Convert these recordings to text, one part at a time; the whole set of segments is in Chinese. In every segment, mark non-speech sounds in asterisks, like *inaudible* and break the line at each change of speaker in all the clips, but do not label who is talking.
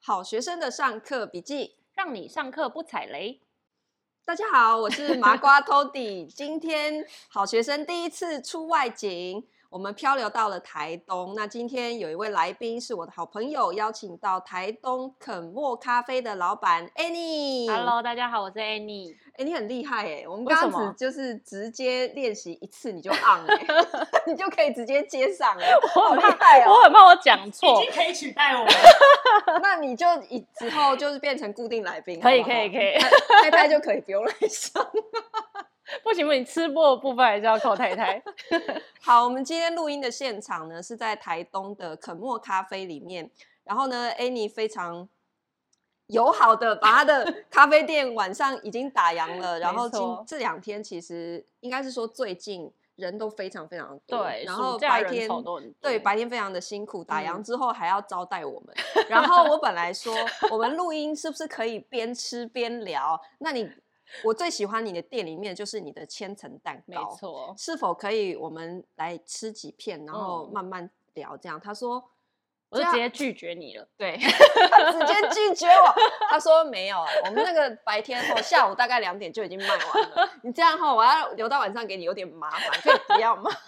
好学生的上课笔记。
让你上课不踩雷。
大家好，我是麻
*laughs*
瓜 Tody。今天好学生第一次出外景，我们漂流到了台东。那今天有一位来宾是我的好朋友，邀请到台东肯墨咖啡的老板 Annie。
Hello，大家好，我是 Annie。
哎、你很厉害哎、我们
为
刚
什
刚
么
只就是直接练习一次你就 on 哎、
*laughs*
你就可以直接接上哎、
我
*laughs* 好
很
厉
怕，
害哦、
我很怕我讲错
已。经可以取代我们。
那你就以之后就是变成固定来宾，
可以，
好不
可
好
以，可，以。 *laughs*
太太就可以不用来上。
不行不行，吃播的部分还是要靠
*laughs*
太太。
好，我们今天录音的现场呢是在台东的肯莫咖啡里面，然后呢，Annie 非常友好的把她
*laughs*
的咖啡店晚上已经打烊了，然
没
后今
错
这两天其实应该是说最近人都非常非常多，
对，
然
暑
后
假
白
人
天
潮都很
对，
多
白天非常的辛苦，打烊
嗯
之后还要招待我们。然后我本来说，我们录音是不是可以边吃边聊？那你，我最喜欢你的店里面就是你的千层蛋
没
糕，
错。
是否可以我们来吃几片，然后
嗯
慢慢聊？这样，他说
我就
这
直
样
接拒绝你了。对，
他直接拒绝我，他说没有，我们那个白天后下午大概两点就已经卖完了，你这样后我要留到晚上给你有点麻烦，可以不要吗？ *laughs*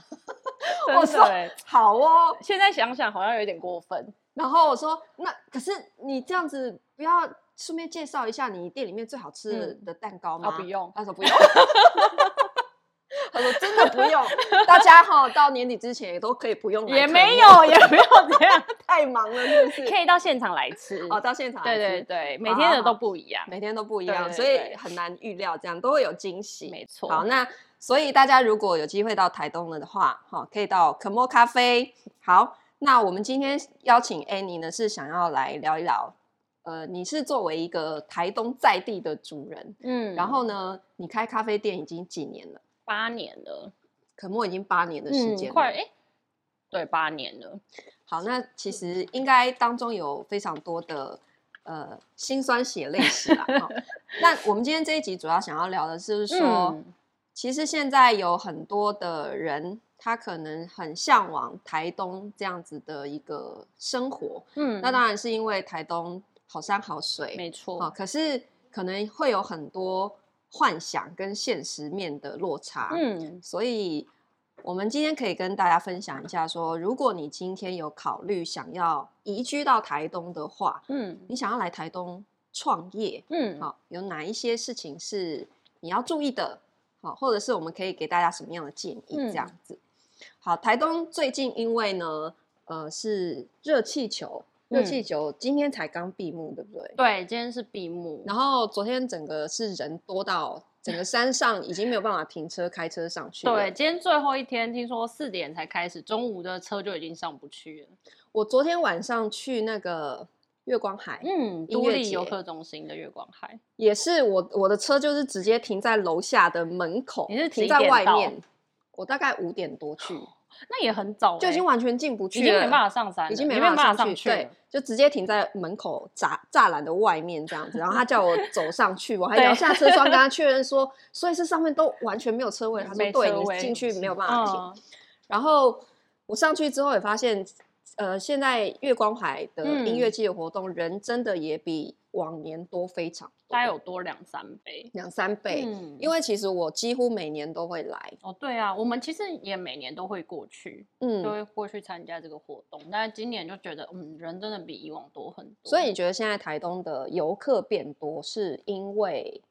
*laughs* 我
真
说
的欸。
好哦，
现在想想好像有点过分。
然后我说，那可是你这样子，不要顺便介绍一下你店里面最好吃的
嗯
的蛋糕吗？
啊，不。用。
他说不用。 *laughs* 他说真的不用，大家哈、到年底之前也都可以不用来
也
看
没
我
有，也没有这样，
太忙了，是不 *laughs* 是？
可以到现场来吃。
哦，到现场来
对对
吃
对，每
好
天
好
的
好
都不一样。
每天都不一
对
样，
对
所
对
以很难预料，这样都会有惊喜。
没错
好，那所以大家如果有机会到台东了的话，哈、可以到可莫咖啡。好，那我们今天邀请 Annie 呢，是想要来聊一聊，呃，你是作为一个台东在地的主人，
嗯，
然后呢，你开咖啡店已经几年了？
八年了，
可莫已经八年的时间、
嗯，快哎、。诶对，八年了。
好，那
嗯
其实应该当中有非常多的呃辛酸血泪史啦。哈那我们今天这一集主要想要聊的是说，
嗯
其实现在有很多的人，他可能很向往台东这样子的一个生活。
嗯，
那当然是因为台东好山好水，
没错。
好、可是可能会有很多幻想跟现实面的落差。
嗯，
所以我们今天可以跟大家分享一下说，如果你今天有考虑想要移居到台东的话，
嗯
你想要来台东创业，
嗯，
好、有哪一些事情是你要注意的？好、或者是我们可以给大家什么样的建议？
嗯
这样子。好，台东最近因为呢，呃，是热气球，热
嗯
气球今天才刚闭幕，对不对？
对，今天是闭幕，
然后昨天整个是人多到整个山上已经没有办法停车开车上去了。
对，今天最后一天，听说四点才开始，中午的车就已经上不去了。
我昨天晚上去那个月光海，
嗯，
音
独
乐
立游
节
客中心的月光海，
也是我我的车就是直接停在楼下的门口，
你是
停
几
在
点
外
到
面。我大概五点多去，
那也很早、欸，
就已经完全进不去
已
了，
经没办法上山了，
已经没
你
办法
上
上
去
对
了。，
就直接停在门口栅栅栏的外面这样子。然后他叫我走上去，我还
对
摇下车窗跟
*laughs*
他确认说，所以是上面都完全没有车位。他说
没
对，
车
你
位
进去没有办法停。
嗯，
然后我上去之后也发现，呃，现在月光海的音乐
嗯
季的活动、人真的也比往年多非常多，
大概有多两三倍。
两三倍。
嗯
因为其实我几乎每年都会来，
哦，对啊，我们其实也每年都会过去，都
嗯，
会过去参加这个活动，但是今年就觉得，嗯，人真的比以往多很多。
所以你觉得现在台东的游客变多，是因为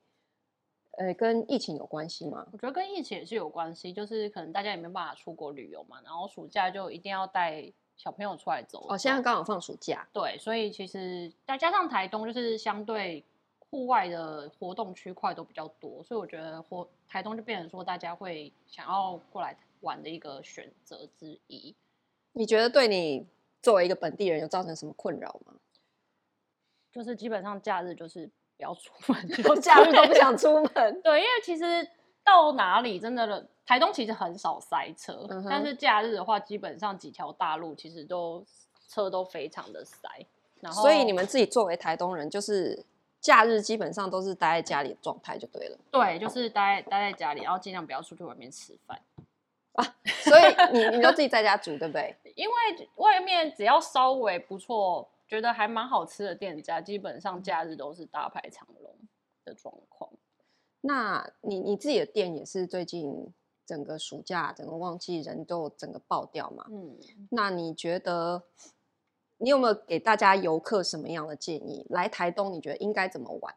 呃跟疫情有关系吗？
我觉得跟疫情也是有关系，就是可能大家也没办法出国旅游嘛，然后暑假就一定要带小朋友出来走走。
哦，现在刚好放暑假，
对，所以其实再加上台东就是相对户外的活动区块都比较多，所以我觉得活台东就变成说大家会想要过来玩的一个选择之一。
你觉得对你作为一个本地人有造成什么困扰吗？
就是基本上假日就是不要出
*laughs*
门就对，
假日都不想出门，
对，因为其实到哪里真的，台东其实很少塞车，
嗯哼
但是假日的话，基本上几条大路其实都车都非常的塞。然后，
所以你们自己作为台东人，就是假日基本上都是待在家里的状态就
*laughs*
对了。
对，就是待待在家里，然后尽量不要出去外面吃饭，
所以你你都自己在家煮，对不对？
因为外面只要稍微不错觉得还蛮好吃的店家，基本上假日都是大排长龙的状况。
那你你自己的店也是最近整个暑假、整个旺季人都整个爆掉嘛？
嗯，
那你觉得你有没有给大家游客什么样的建议？来台东你觉得应该怎么玩？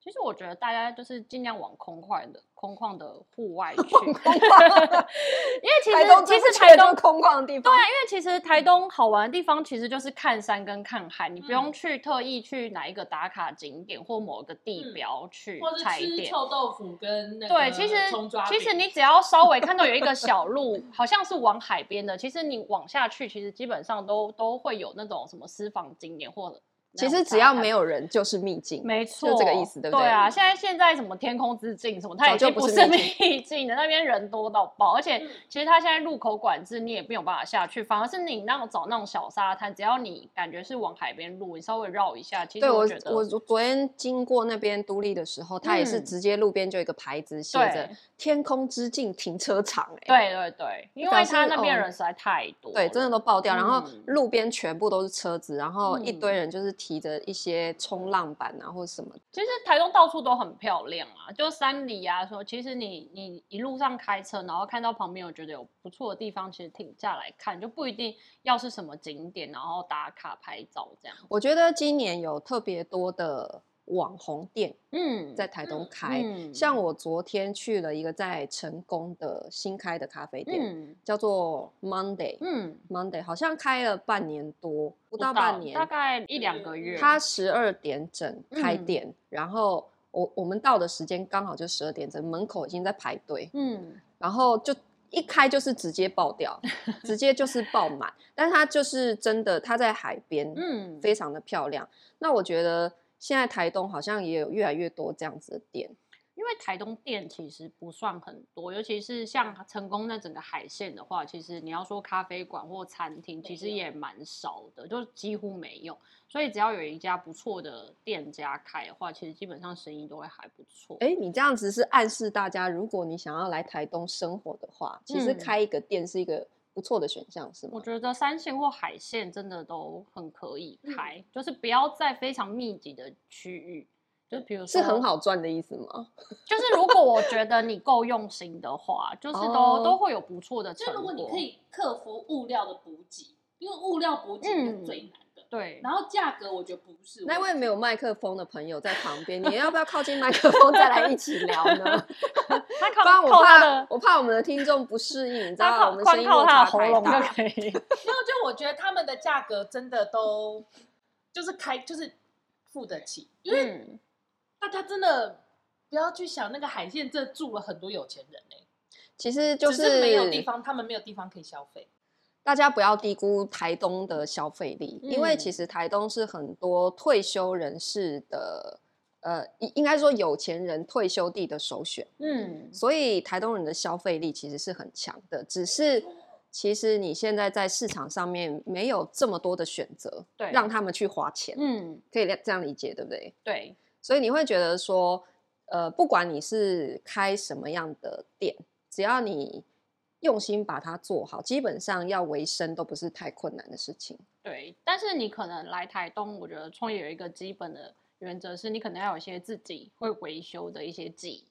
其实我觉得大家就是尽量往空旷的、空旷的户外去，
*laughs* 空旷
因为 *laughs* 其
台东
实其
真不
实
缺
台
这
东
种空旷的地方
对啊，因为其实台东好玩的地方其实就是看山跟看海，你不用
嗯
去特意去哪一个打卡景点或某个地
嗯
标去
或是
踩
吃
点。
臭豆腐跟那个
对，其实
葱抓
其实
饼
你只要稍微看到有
*laughs*
一个小路，好像是往海边的，其实你往下去，其实基本上都都会有那种什么私房景点或者那
其
种
实只
沙
要
滩
没有人就是秘境，
没错，
就这个意思对不对
对啊，现在现在什么天空之境什么，它
早
已
就
经
不
不
是
是
秘境
秘境的，那边人多到爆，而且
嗯
其实它现在入口管制，你也没有办法下去，反而是你那种找那种小沙滩，只要你感觉是往海边路，你稍微绕一下，其
对
实
我
觉得，
我昨天经过那边都立的时候，它也是
嗯
直接路边就有一个牌子写着
对
“天空之境停车场、欸”，
对对对，因
表
为
示
它那边
哦
人实在太多了，
对，真的都爆掉。然后
嗯
路边全部都是车子，然后一堆
嗯
人就是提着一些冲浪板啊或者什么。
其实台东到处都很漂亮啊，就山里啊，说其实你你一路上开车，然后看到旁边有觉得有不错的地方，其实停下来看，就不一定要是什么景点，然后打卡拍照这样。
我觉得今年有特别多的网红店
嗯，
在台东
嗯
开，
嗯
像我昨天去了一个在成功的新开的咖啡店，
嗯
叫做 Monday、
嗯，
Monday，好像开了半年多，不
不
到半年，嗯
大概一两个月。
他十二点整开
嗯
店，然后我我们到的时间刚好就十二点整，门口已经在排队，
嗯
然后就一开就是直接爆
*laughs*
掉，直接就是爆满。但它就是真的，它在海边，
嗯，
非常的漂亮。那我觉得现在台东好像也有越来越多这样子的店，
因为台东店其实不算很多，尤其是像成功那整个海线的话，其实你要说咖啡馆或餐厅，其实也蛮少的，就几乎没有。所以只要有一家不错的店家开的话，其实基本上生意都会还不错。
哎，你这样子是暗示大家，如果你想要来台东生活的话，其实
嗯
开一个店是一个不错的选项，是
我
吗？
觉得三线或海线真的都很可以
嗯
开，就是不要在非常密集的区域，就比如说
是很好赚的意思吗？
就是如果我觉得你够用心的话，就是都、
哦
都会有不错的成果。
就如果你可以克服物料的补给，因为物料补给
嗯
是最难的。
对，
然后价格我觉得不是
那位
问题
没有麦克风的朋友在旁边，
*laughs*
你要不要靠近麦克风再来一起聊呢？
他
不然
靠
我
靠他
怕
的，
我怕我们的听众不适应，你知
他
道
靠
我们声
光
音
靠
落
他
差
的喉
太
咙就
大。
可以。 *laughs*
没有，就我觉得他们的价格真的都就是开就是付得起，因为
嗯，
大家真的不要去想那个海鲜，这住了很多有钱人呢、
其实就
只是没有地方，他们没有地方可以消费。
大家不要低估台东的消费力，因为其
嗯
实台东是很多退休人士的，呃，应应该说有钱人退休地的首选，
嗯，
所以台东人的消费力其实是很强的，只是。其实你现在在市场上面没有这么多的选择，
对
让他们去花钱，
嗯，
可以这样理解，对不对？
对，
所以你会觉得说，呃，不管你是开什么样的店，只要你用心把它做好，基本上要维生都不是太困难的事情。
对，但是你可能来台东，我觉得创业有一个基本的原则是，你可能要有一些自己会维修的一
*laughs*
些技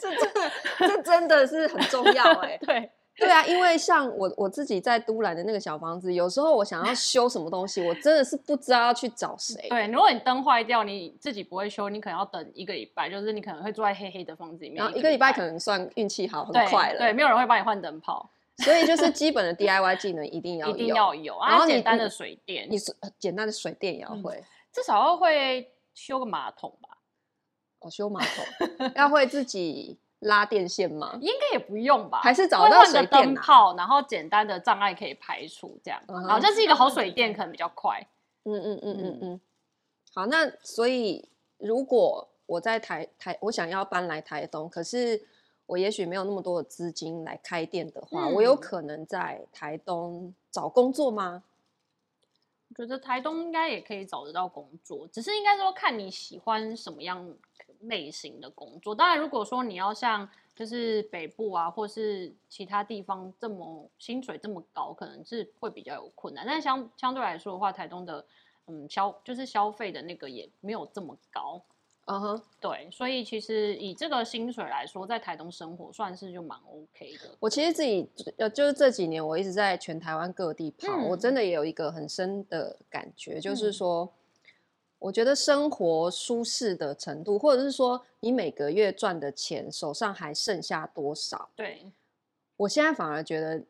这真的， *laughs* 这真的是很重
*laughs*
要
能。
哎、
对，
对啊，因为像我我自己在都兰的那个小房子，有时候我想要修什么东西，我真的是不知道要去找谁。
对，如果你灯坏掉，你自己不会修，你可能要等一个礼拜，就是你可能会住在黑黑的房子里面，
然后一个礼拜可能算运气好，很
对
快
对，
了。
没有人会帮你换灯泡，
所以就是基本的 DIY 技能一定要
一定
有
要有
然
啊，
后你
简单的
你
水电，
你是呃简单的水电也要
嗯
会。
至少要会修个马桶吧？
哦，修马桶要会自己拉电线吗？
应该也不用吧？
还是找
会
到
换
水
个
电
灯
啊
泡，然后简单的障碍可以排除，这样，
嗯哼
然后这是一个好水电，可能比较快。
嗯嗯嗯嗯
嗯
嗯。好，那所以如果我在台台，我想要搬来台东，可是我也许没有那么多的资金来开店的话，我有
嗯
可能在台东找工作吗？
我觉得台东应该也可以找得到工作，只是应该说看你喜欢什么样类型的工作。当然，如果说你要像就是北部啊，或是其他地方这么薪水这么高，可能是会比较有困难。但相相对来说的话，台东的嗯消就是消费的那个也没有这么高，
嗯哼，
对，所以其实以这个薪水来说，在台东生活算是就蛮 OK 的。
我其实自己呃，就是这几年我一直在全台湾各地跑，我
嗯
真的也有一个很深的感觉，就是
嗯
说，我觉得生活舒适的程度，或者是说你每个月赚的钱手上还剩下多少，
对，
我现在反而觉得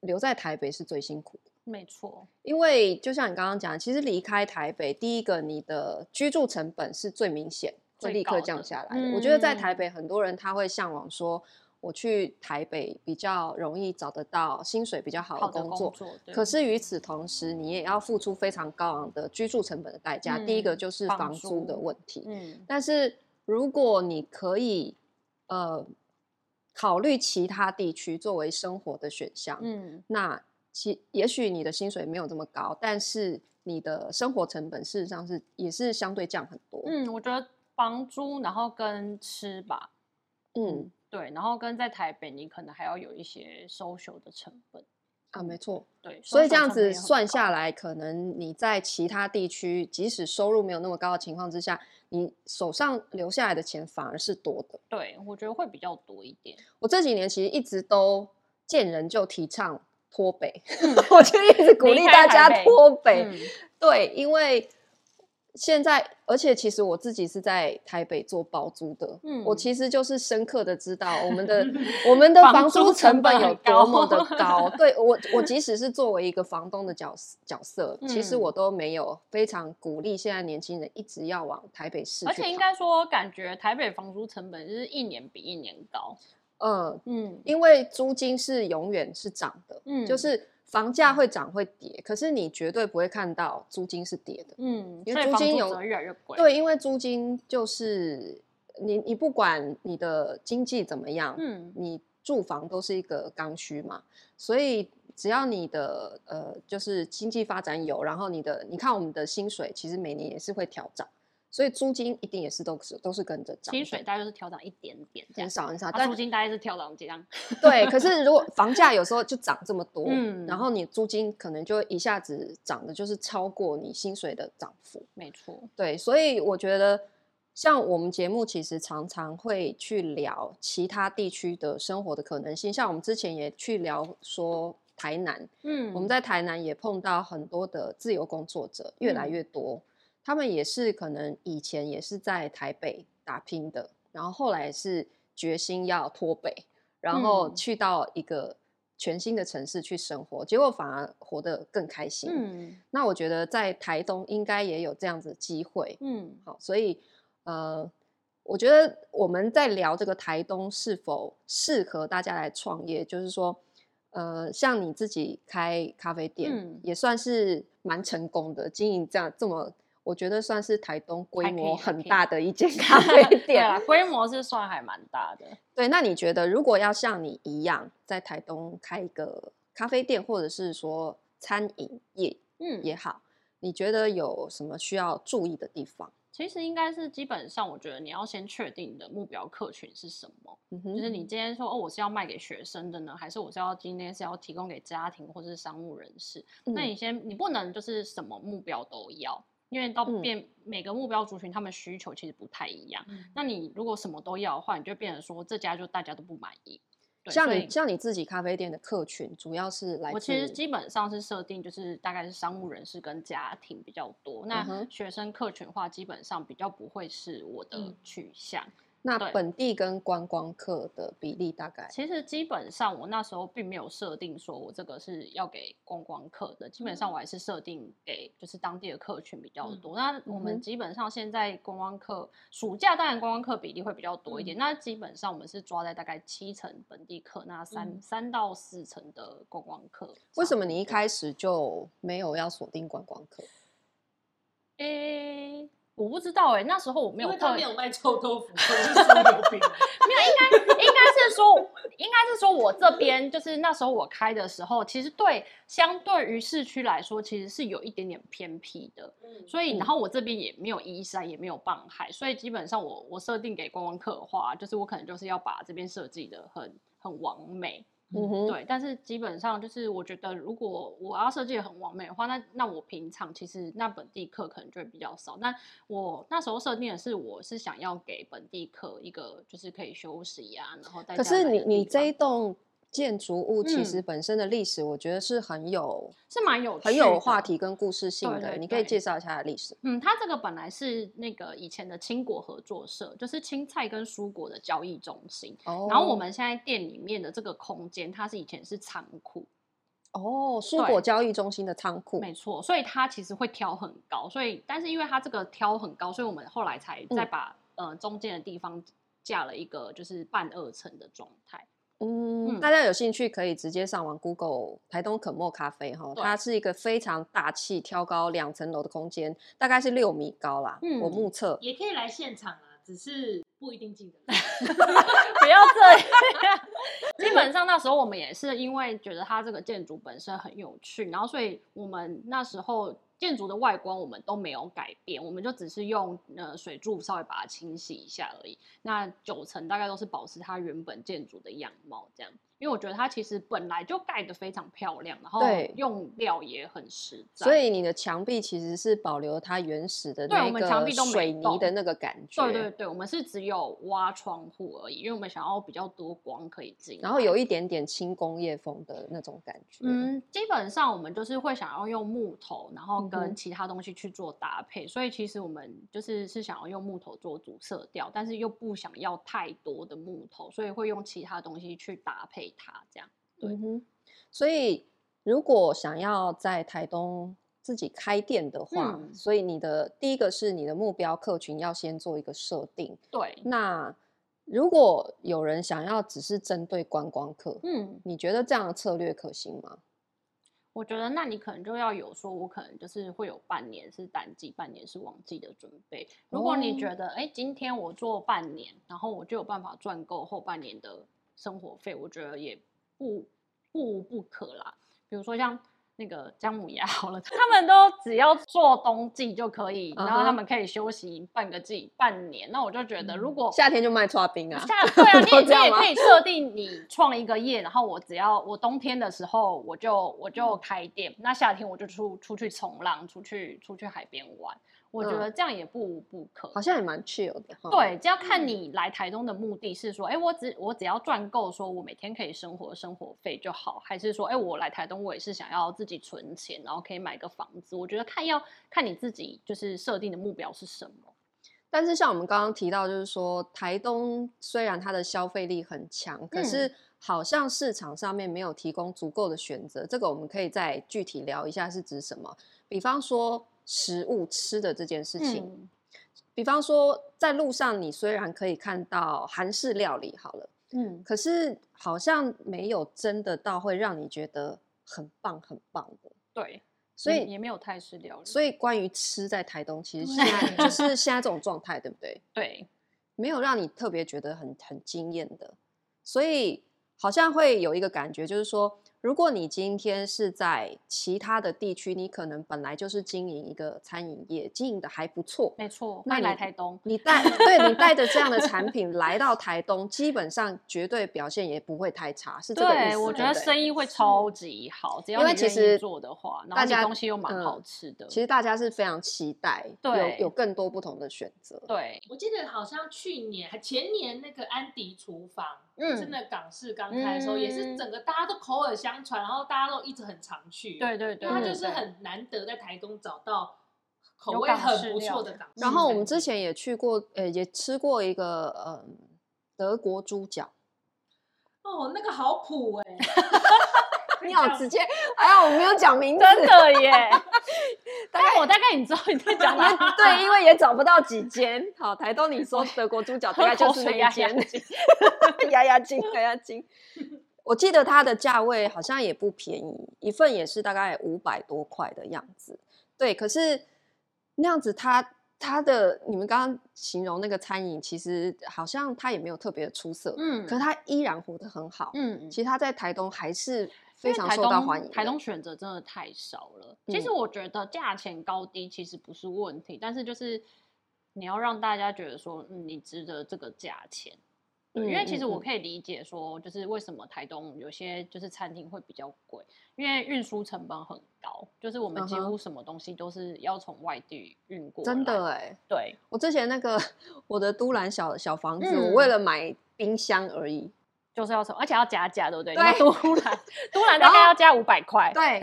留在台北是最辛苦的，
没错，
因为就像你刚刚讲的，其实离开台北，第一个你的居住成本是最明显，会
最
立刻
高
降
的
下来的。我觉得在台
嗯
北，很多人他会向往说，我去台北比较容易找得到薪水比较好的
好的
工
工
作。
作，对
可是与此同时，你也要付出非常高昂的居住成本的代价。第一个
嗯
就是
房
房租的
租
问题，
嗯，
但是如果你可以呃考虑其他地区作为生活的选项，
嗯，
那其也许你的薪水没有这么高，但是你的生活成本事实上是也是相对降很多。
嗯，我觉得房租，然后跟吃吧，
嗯
对，然后跟在台北，你可能还要有一些 social 的成本，
啊，
嗯
没错。
对，
所以
social
这样
成本
子
也很
算
高
下来，可能你在其他地区，即使收入没有那么高的情况之下，你手上留下来的钱反而是多的。
对，我觉得会比较多一点。
我这几年其实一直都见人就提倡脱北，我就一直鼓
嗯离
励
开
大
台
家
北
脱北。
嗯
对，因为现在，而且其实我自己是在台北做包租的，我
嗯
其实就是深刻的知道我们
*laughs*
的我们的
房
房
租
租
成
成本
本
有
很
多么的高
*laughs* 高。
对我，我即使是作为一个房东的角色角色，其实
嗯
我都没有非常鼓励现在年轻人一直要往台北市去
而
跑，
且应该说，感觉台北房租成本就是一年比一年高。
嗯，
嗯
因为租金是永远是涨的，
嗯
就是房价会涨会跌，可是你绝对不会看到租金是跌的。
嗯，
因为
所以
租
房
金
租
有
只会越来越贵。
对，因为租金就是你你不管你的经济怎么样，
嗯，
你住房都是一个刚需嘛，所以只要你的呃就是经济发展有，然后你的你看我们的薪水其实每年也是会调涨，所以租金一定也是都是都是跟着涨的，
薪水大概就是调涨一点点这
很
样，
少很少，
啊，
但
租金大概是调涨几样。
对，可是如果房价有时候就涨这么多，
嗯
然后你租金可能就一下子涨的就是超过你薪水的涨幅，
没错，
对，所以我觉得，像我们节目其实常常会去聊其他地区的生活的可能性，像我们之前也去聊说台南，
嗯，
我们在台南也碰到很多的自由工作者，越来
嗯
越多，他们也是可能以前也是在台北打拼的，然后后来是决心要脱北，然后
嗯
去到一个全新的城市去生活，结果反而活得更开心。
*laughs* 嗯
那我觉得在台东应该也有这样子的机会。
嗯
好，所以呃，我觉得我们在聊这个台东是否适合大家来创业，就是说，呃，像你自己开咖啡店，
嗯
也算是蛮成功的，经营这样这么。我觉得算是台东规
还可以
模
还
很
可以
大的一
*laughs*
间咖啡
对啊
店。
啦，规模是算还蛮大的。
对，那你觉得如果要像你一样在台东开一个咖啡店，或者是说餐饮业
嗯，
也好，你觉得有什么需要注意的地方？
其实应该是基本上，我觉得你要先确定你的目标客群是什么。
嗯
就
哼，
是你今天说哦，我是要卖给学生的呢，还是我是要今天是要提供给家庭或是商务人士？那
嗯
你先，你不能就是什么目标都要，因为到
嗯
变、每个目标族群他们需求其实不太一样。
嗯
那你如果什么都要的话，你就变成说这家就大家都不满意。对
像
所
你
以
像你自己咖啡店的客群，主要是来
我其实
自
基本上是设定就是大概是商务人士跟家庭比较多，
嗯
那
哼
学生客群的话基本上比较不会是我的
嗯
取向。
那
对
本地跟观光客的比例大概，
其实基本上我那时候并没有设定说我这个是要给观光客的，基本上我还是设定给就是当地的客群比较多。那我
嗯嗯
们
哼
基本上现在观光客暑假当然观光客比例会比较多一点，
嗯
那基本上我们是抓在大概七成本地客，那三
嗯
三、到四成的观光客。
为什么？你一开始就没有要锁定观光客？
诶、我我不知道哎、那时候我没
因
有
为
特
他没有卖臭豆腐，我是生牛 *laughs* 饼。
没有，应该应该是说， *laughs* 应该是说我这边就是那时候我开的时候，其实对相对于市区来说，其实是有一点点偏僻的。所以，
嗯
然后我这边也没有依山，也没有棒海，所以基本上我我设定给观光客的话，就是我可能就是要把这边设计的很很完美，
嗯哼，
对。但是基本上就是我觉得，如果我要设计的很完美的话，那那我平常其实那本地客可能就会比较少。那我那时候设定的是，我是想要给本地客一个就是可以休息啊，然后大
可
家
是
来
你
的
你
地
这
方
一栋建筑物其
嗯
实本身的历史，我觉得是很有、
是蛮有
很
趣
有
的
话题跟故事性的。
对对
你可以
对
介绍一下它的历史。
嗯，它这个本来是那个以前的青果合作社，就是青菜跟蔬果的交易中心。
哦
然后我们现在店里面的这个空间，它是以前是仓库，
哦，蔬
对
果交易中心的仓库，
没错，所以它其实会挑很高，所以但是因为它这个挑很高，所以我们后来才再
嗯
把、呃中间的地方架了一个就是半二层的状态。
嗯，
嗯
大家有兴趣可以直接上网 Google 台东肯莫咖啡哈，
对
它是一个非常大气、挑高两层楼的空间，大概是六米高啦。我
嗯
目测，
也可以来现场啊，只是不一定进得来。
不要这样。基本上那时候我们也是因为觉得它这个建筑本身很有趣，然后所以我们那时候建筑的外观我们都没有改变，我们就只是用呃水柱稍微把它清洗一下而已。那九层大概都是保持它原本建筑的样貌这样。因为我觉得它其实本来就盖得非常漂亮，然后
对
用料也很实在，
所以你的墙壁其实是保留它原始的
对
那
我们墙
个
壁都没
水泥的
动
那个感觉。
对对对，我们是只有挖窗户而已，因为我们想要比较多光可以进来。
然后有一点点轻工业风的那种感觉。
嗯，基本上我们就是会想要用木头，然
嗯
后
哼
跟其他东西去做搭配，所以其实我们就是是想要用木头做主色调，但是又不想要太多的木头，所以会用其他东西去搭配它，这样。对
嗯哼，所以如果想要在台东自己开店的话，
嗯
所以你的第一个是你的目标客群要先做一个设定。
对，
那如果有人想要只是针对观光客，
嗯，
你觉得这样的策略可行吗？
我觉得那你可能就要有说，我可能就是会有半年是淡季，半年是旺季的准备。如果你
哦
觉得，哎、今天我做半年，然后我就有办法赚够后半年的生活费，我觉得也不不无不可啦。比如说像那个姜母鸭 *laughs* 好了，他们都只要做冬季就可以，然后
嗯
他
哼
们可以休息半个季、半年。那我就觉得，如
嗯
果
夏天就卖刨冰啊？
下对
*laughs*
啊，你
都
也
这样
你也
吗
可以设定你创一个业，然后我只要我冬天的时候我就我就
嗯
开店，那夏天我就出出去冲浪，出去出去海边玩。我觉
嗯
得这样也不无不可。
好像也蛮 chill 的哈。，
对，这要看
嗯
你来台东的目的是说，哎、我只我只要赚够，说我每天可以生活生活费就好，还是说，哎、我来台东我也是想要自己存钱，然后可以买个房子？我觉得看要看你自己就是设定的目标是什么。
但是像我们刚刚提到，就是说台东虽然它的消费力很强，可
嗯
是好像市场上面没有提供足够的选择。这个我们可以再具体聊一下是指什么。比方说食物吃的这件事情，
嗯
比方说在路上你虽然可以看到韩式料理好了，
嗯，
可是好像没有真的到会让你觉得很棒很棒的。
对，
所
嗯也也
以，
没有太失聊了。
所以关于吃在台东，其实现
对
在就是现在这种状态，对不对？
对，
没有让你特别觉得很很惊艳的，所以好像会有一个感觉，就是说，如果你今天是在其他的地区，你可能本来就是经营一个餐饮业，经营的还不错，
没错，
那
欢迎来
你
台东。
你带对你带着这样的产品来到台东，基本上绝对表现也不会太差，是这个意
对，
思。
我
对
觉得
不对嗯
生意会
是
超级好，只要
因为
你
其
愿意
实
做的话，然
大
后你
家
东西又蛮
嗯
好吃的。
其实大家是非常期待，
对
有有更多不同的选择。
对，
*laughs* 我记得好像去年还前年那个安迪厨房，
嗯
真的港式刚开的时候，也是整个大家都口耳相传，然后大家都一直很常去。
对对
嗯
对，
因为它
对
就是
对
很难得在台东找到口
有
味
港式
很不
料
错
理
的港式
然后我们
餐
之
厅
前也去过，呃，也吃过一个呃德国猪脚，
哦，那个好苦哎、
*laughs*
你好直接，哎呀，我没有讲名字，，
真的耶。但我大概你知道你在讲哪
*laughs* 对，
*laughs*
因为也找不到几间。好，台东你说德国猪脚大
喝
概就
口
是那
水
一
压压
间，
惊。 *laughs*
压压惊，压压惊。我记得它的价位好像也不便宜，一份也是大概五百多块的样子。对，可是那样子它它的你们刚刚形容那个餐饮，其实好像它也没有特别的出色，
嗯
可是它依然活得很好。
嗯，
其实它在台东还是
因
非
为
常
台
受到
东
欢迎的。
台东选择真的太少了。其实
嗯
我觉得价钱高低其实不是问题，但是就是你要让大家觉得说，嗯，你值得这个价钱。对因为其实我
嗯嗯
可以理解说，就是为什么台东有些就是餐厅会比较贵，因为运输成本很高，就是我们几
嗯哼
乎什么东西都是要从外地运过来。
真的哎、
对，
我之前那个我的都兰小小房子，
嗯
我为了买冰箱而已。
就是要从，而且要加价，对不对？
对
你要都
*laughs*
兰，都兰
然
大
后
概要加五百块。 *laughs*
对，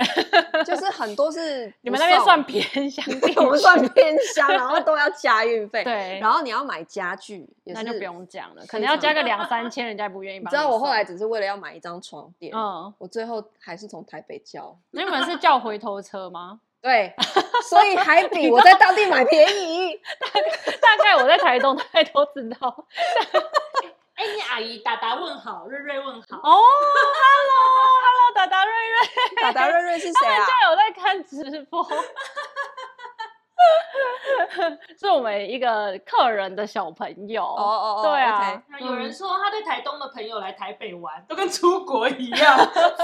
就是很多是
你
不
们那边
送嗯
算偏乡地区，
*laughs* 我们
*laughs*
算偏乡，然后都要加运费。
对
然后你要买家具，也
那
是
就不。用讲了，可
非
能要
常
加个两三千，人家也不愿意
你
帮
知道我后
送
来，只是为了要买一张床垫，
嗯，
我最后还是从台北叫。
那你们是叫回头车吗？ *laughs*
对，所以还比我在当地买便宜。
大概我在台东，大概都知
*laughs*
道。哦
哎，你阿姨达达问好，瑞瑞问好。
哦，Hello，Hello，达达瑞瑞，
达达瑞瑞是谁啊？
*laughs* 现在有在看直播，是我们一个客人的小朋友。
哦哦哦，
对啊
OK，
有人说他对台东的朋友来台北玩，都跟出国一样，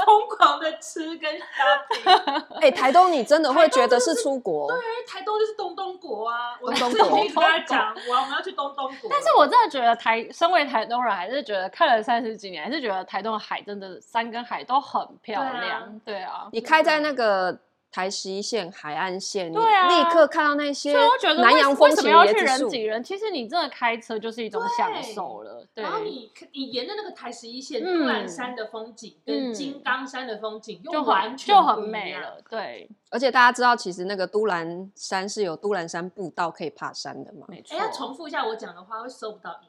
疯狂的吃跟 shopping。
哎、台东你真的会
台
觉
东
得
真
是
的是
出国？
啊
因为台东就是东东国啊，我
东
之
东国
前一直跟他讲，我我们要去东东国。
但是我真的觉得台，身为台东人，还是觉得看了三十几年，还是觉得台东的海真的山跟海都很漂
对啊
亮。对啊，
你开在那个台十一线海岸线，你
对啊
立刻看到那些
所以我觉得
南
为
洋
为
风
什么
情
要
椰
去
子
人
树。
挤人？其实你真的开车就是一种享受了，对
然后你你沿着那个台十一线，
嗯
杜兰山的风景跟
嗯
金刚山的风景又
就
完
很
全
就
不
很
一
美
样。
了，对，
而且大家知道，其实那个都兰山是有都兰山步道可以爬山的嘛？
没错
哎，。要重复一下我讲的话，会收不到音。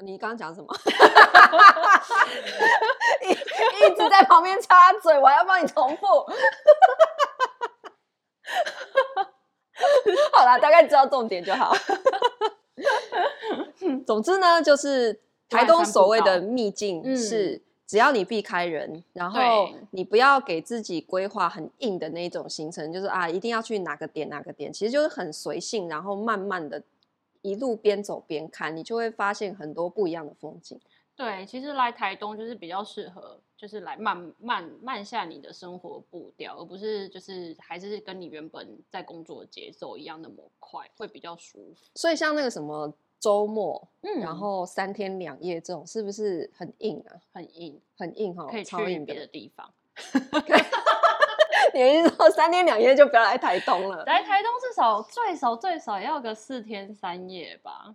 你刚刚讲什么？ *laughs* 一一直在旁边插嘴，我还要帮你重复。 *laughs* 好啦，大概知道重点就好。 *laughs* 总之呢，就是台东所谓的秘境
嗯
是，只要你避开人，然后
对
你不要给自己规划很硬的那一种行程，就是啊，一定要去哪个点哪个点，其实就是很随性，然后慢慢的一路边走边看，你就会发现很多不一样的风景。
对，其实来台东就是比较适合，就是来慢慢慢下你的生活步调，而不是就是还是跟你原本在工作的节奏一样那么快，会比较舒服。
所以像那个什么周末，
嗯
然后三天两夜这种，是不是很硬啊？
很硬，
很硬哈，
可以
哦超
去
硬
别的
的。
地方。
*laughs* 你的意思说三天两夜就不要来台东了？
来台东至少最少最少要个四天三夜吧。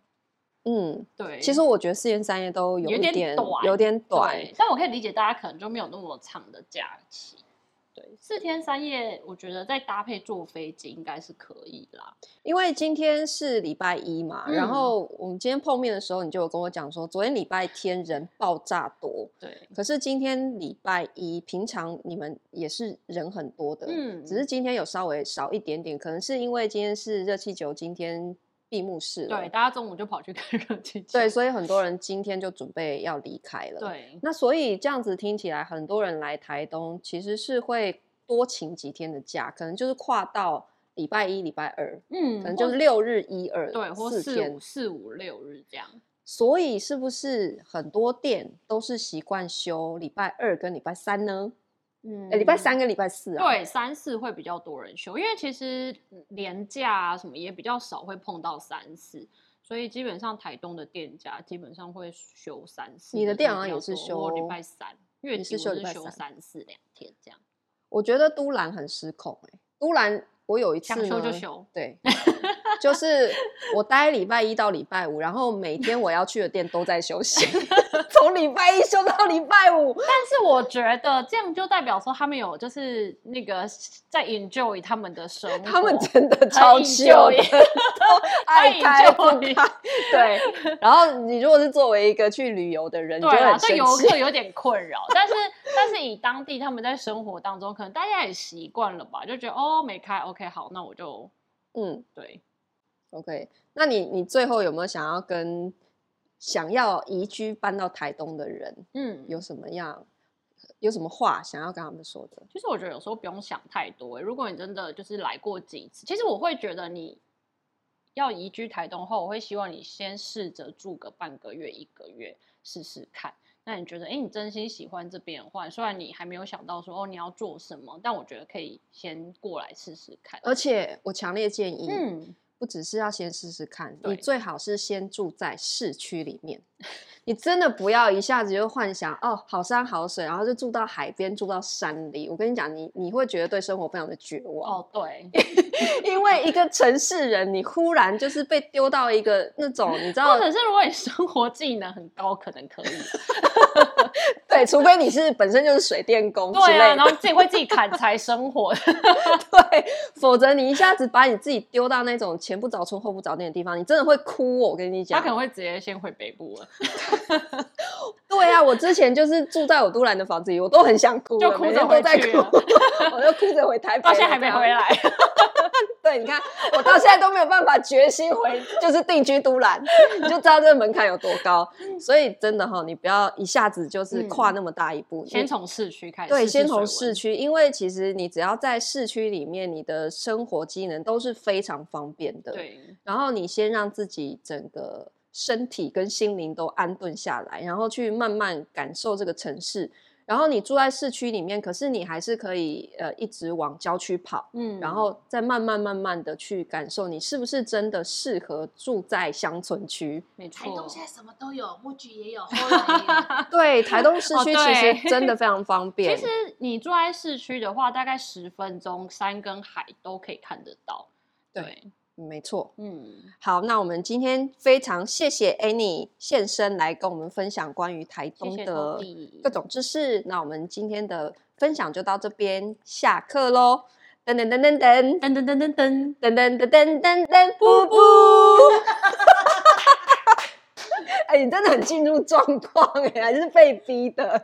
嗯，
对，
其实我觉得四天三夜都有
有
一
点
点
短
有点短。
对，但我可以理解大家可能就没有那么长的假期。对，四天三夜，我觉得再搭配坐飞机应该是可以啦。
因为今天是礼拜一嘛，然
嗯
后我们今天碰面的时候，你就有跟我讲说，昨天礼拜天人爆炸多，
对，
可是今天礼拜一，平常你们也是人很多的，
嗯
呃只是今天有稍微少一点点，可能是因为今天是热气球今天闭幕式了，
对，大家中午就跑去看热气球。
对，所以很多人今天就准备要离开了。，
对，
那所以这样子听起来，很多人来台东其实是会多请几天的假，可能就是跨到礼拜一、礼拜二，
嗯，
可能
或
就是六日一二
对，或
四
四
天
五。四五六日这样。
所以是不是很多店都是习惯休礼拜二跟礼拜三呢？
嗯
诶哎礼拜三跟礼拜四啊？
对，三四会比较多人休，因为其实廉价啊什么也比较少会碰到三四，所以基本上台东的店家基本本上会休三四。
你的店好像也
也
是
礼
休
拜三，月
你
底
是
我
休礼
是
拜
休
三
三四两天这样，
我觉得都兰很失控哎、都兰我有一次
想休就
呢
休。 *laughs*
对，就是我待礼拜一到礼拜五，然后每天我要去的店都在休
*laughs*
息，从礼拜一休到礼拜五。
但是我觉得这样就代表说他们有就是那个在 enjoy 他们的生活，
他们真的超
引
秀
咎
的，
耶
都爱
引
开
咎
不
你
开。 *laughs* 对，然后你如果是作为一个去旅游的人，你就
对
会
啊，
很
对
生
游
气
客。有点困扰，但是但是以当地他们在生活当中，可能大家也习惯了吧，就觉得哦没开，OK 好，那我就
嗯
对，
，OK，那你你最后有没有想要跟想要移居搬到台东的人
嗯，
有什么样有什么话想要跟他们说的？
其实我觉得有时候不用想太多欸、如果你真的就是来过几次，其实我会觉得你要移居台东后，我会希望你先试着住个半个月、一个月试试看。那你觉得，哎，你真心喜欢这边的话，虽然你还没有想到说哦你要做什么，但我觉得可以先过来试试看。
而且我强烈建议，
嗯，
不只是要先试试看，你
对
最好是先住在市区里面。你真的不要一下子就幻想哦，好山好水，然后就住到海边，住到山里。我跟你讲，你你会觉得对生活非常的绝望，
哦，对，
因为一个城市人，你忽然就是被丢到一个那种，你知道
*laughs* 或，者是如果你生活技能很高，可
*laughs*
能可以。
对，除非你是本身就是水电工之
对
类
啊，
的，
然后自己为自己砍柴生活。
*laughs* 对，否则你一下子把你自己丢到那种前不着村后不着店的地方，你真的会哭哦。我跟你
他
讲
可，能会直接先回北部了，
对啊，我之前就是住在我都兰的房子里，我都很想哭了，
就哭
每
着
天
回
都在
去
哭，
了
*laughs* 我就哭着回台北，
到现在还没回。来。
对，你看我到现在都没有办法决心回，就是定居都兰， *laughs* 你就知道这个门槛有多高。所以真的哈、你不要一下子就是跨
嗯
那么大一步，
先
你
从市区开始，
对，
试试
先
水
从
温
市区，因为其实你只要在市区里面，你的生活机能都是非常方便的。。
对，嗯
然后你先让自己整个身体跟心灵都安顿下来，然后去慢慢感受这个城市。然后你住在市区里面，可是你还是可以呃一直往郊区跑，
嗯，
然后再慢慢慢慢的去感受你是不是真的适合住在乡村区。 *laughs*
没
台东
错，
现在什么都有，木菊也有，后来
对，台东市
哦
区其实
对
真的非常方便。
*laughs* 其实你住在市区的话，大概十分钟，山跟海都可以看得到。
对没错。
嗯，
好，那我们今天非常谢谢 Annie 现身来跟我们分享关于台
谢
东
谢
的
Toby
各种知识。那我们今天的分享就到这边，下课喽！噔噔噔噔噔
噔噔噔噔
噔噔
噔，
噔噔噔噔，布 *laughs* 布。欸哎、你真的很进入状况哎，还是被逼的。